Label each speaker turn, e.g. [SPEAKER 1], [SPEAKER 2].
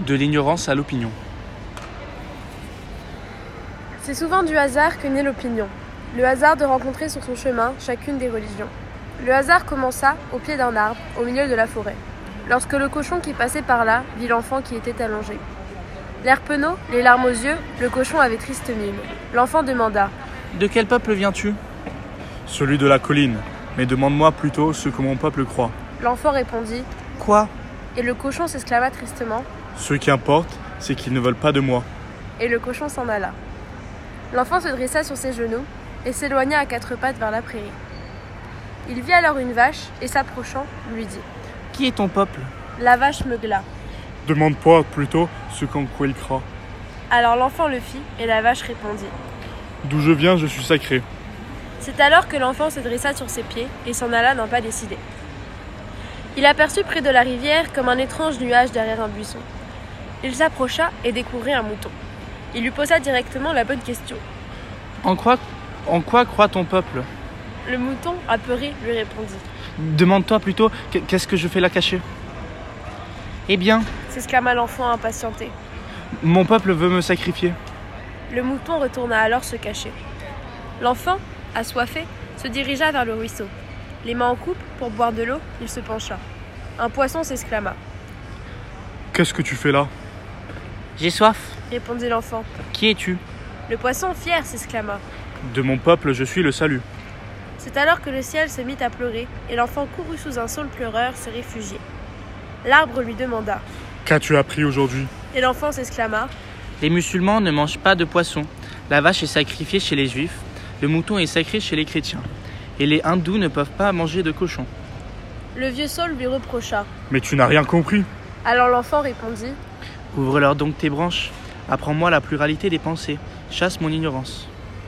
[SPEAKER 1] De l'ignorance à l'opinion.
[SPEAKER 2] C'est souvent du hasard que naît l'opinion. Le hasard de rencontrer sur son chemin chacune des religions. Le hasard commença au pied d'un arbre, au milieu de la forêt, lorsque le cochon qui passait par là vit l'enfant qui était allongé. L'air penaud, les larmes aux yeux, le cochon avait triste mine. L'enfant demanda
[SPEAKER 1] De quel peuple viens-tu
[SPEAKER 3] Celui de la colline. Mais demande-moi plutôt ce que mon peuple croit.
[SPEAKER 2] L'enfant répondit
[SPEAKER 1] Quoi
[SPEAKER 2] Et le cochon s'exclama tristement
[SPEAKER 3] Ce qui importe, c'est qu'ils ne veulent pas de moi.
[SPEAKER 2] Et le cochon s'en alla. L'enfant se dressa sur ses genoux et s'éloigna à quatre pattes vers la prairie. Il vit alors une vache et s'approchant, lui dit
[SPEAKER 1] Qui est ton peuple
[SPEAKER 2] La vache meugla.
[SPEAKER 3] Demande-moi plutôt ce qu'en quoi il croit.
[SPEAKER 2] Alors l'enfant le fit et la vache répondit.
[SPEAKER 3] D'où je viens, je suis sacré.
[SPEAKER 2] C'est alors que l'enfant se dressa sur ses pieds et s'en alla d'un pas décidé. Il aperçut près de la rivière comme un étrange nuage derrière un buisson. Il s'approcha et découvrit un mouton. Il lui posa directement la bonne question.
[SPEAKER 1] En quoi, en quoi croit ton peuple
[SPEAKER 2] Le mouton, apeuré, lui répondit.
[SPEAKER 1] Demande-toi plutôt qu- qu'est-ce que je fais là caché Eh bien,
[SPEAKER 2] S'exclama l'enfant impatienté.
[SPEAKER 1] mon peuple veut me sacrifier.
[SPEAKER 2] Le mouton retourna alors se cacher. L'enfant, assoiffé, se dirigea vers le ruisseau. Les mains en coupe, pour boire de l'eau, il se pencha. Un poisson s'exclama.
[SPEAKER 3] Qu'est-ce que tu fais là
[SPEAKER 1] J'ai soif.
[SPEAKER 2] Répondit l'enfant.
[SPEAKER 1] Qui es-tu
[SPEAKER 2] Le poisson, fier, s'exclama.
[SPEAKER 3] De mon peuple, je suis le salut.
[SPEAKER 2] C'est alors que le ciel se mit à pleurer et l'enfant courut sous un saule pleureur se réfugier. L'arbre lui demanda,
[SPEAKER 3] Qu'as-tu appris aujourd'hui
[SPEAKER 2] et l'enfant s'exclama,
[SPEAKER 1] Les musulmans ne mangent pas de poisson. La vache est sacrifiée chez les juifs. Le mouton est sacré chez les chrétiens. Et les hindous ne peuvent pas manger de cochon.
[SPEAKER 2] le vieux saule lui reprocha.
[SPEAKER 3] Mais tu n'as rien compris.
[SPEAKER 2] Alors l'enfant répondit,
[SPEAKER 1] Ouvre-leur donc tes branches. Apprends-moi la pluralité des pensées. Chasse mon ignorance.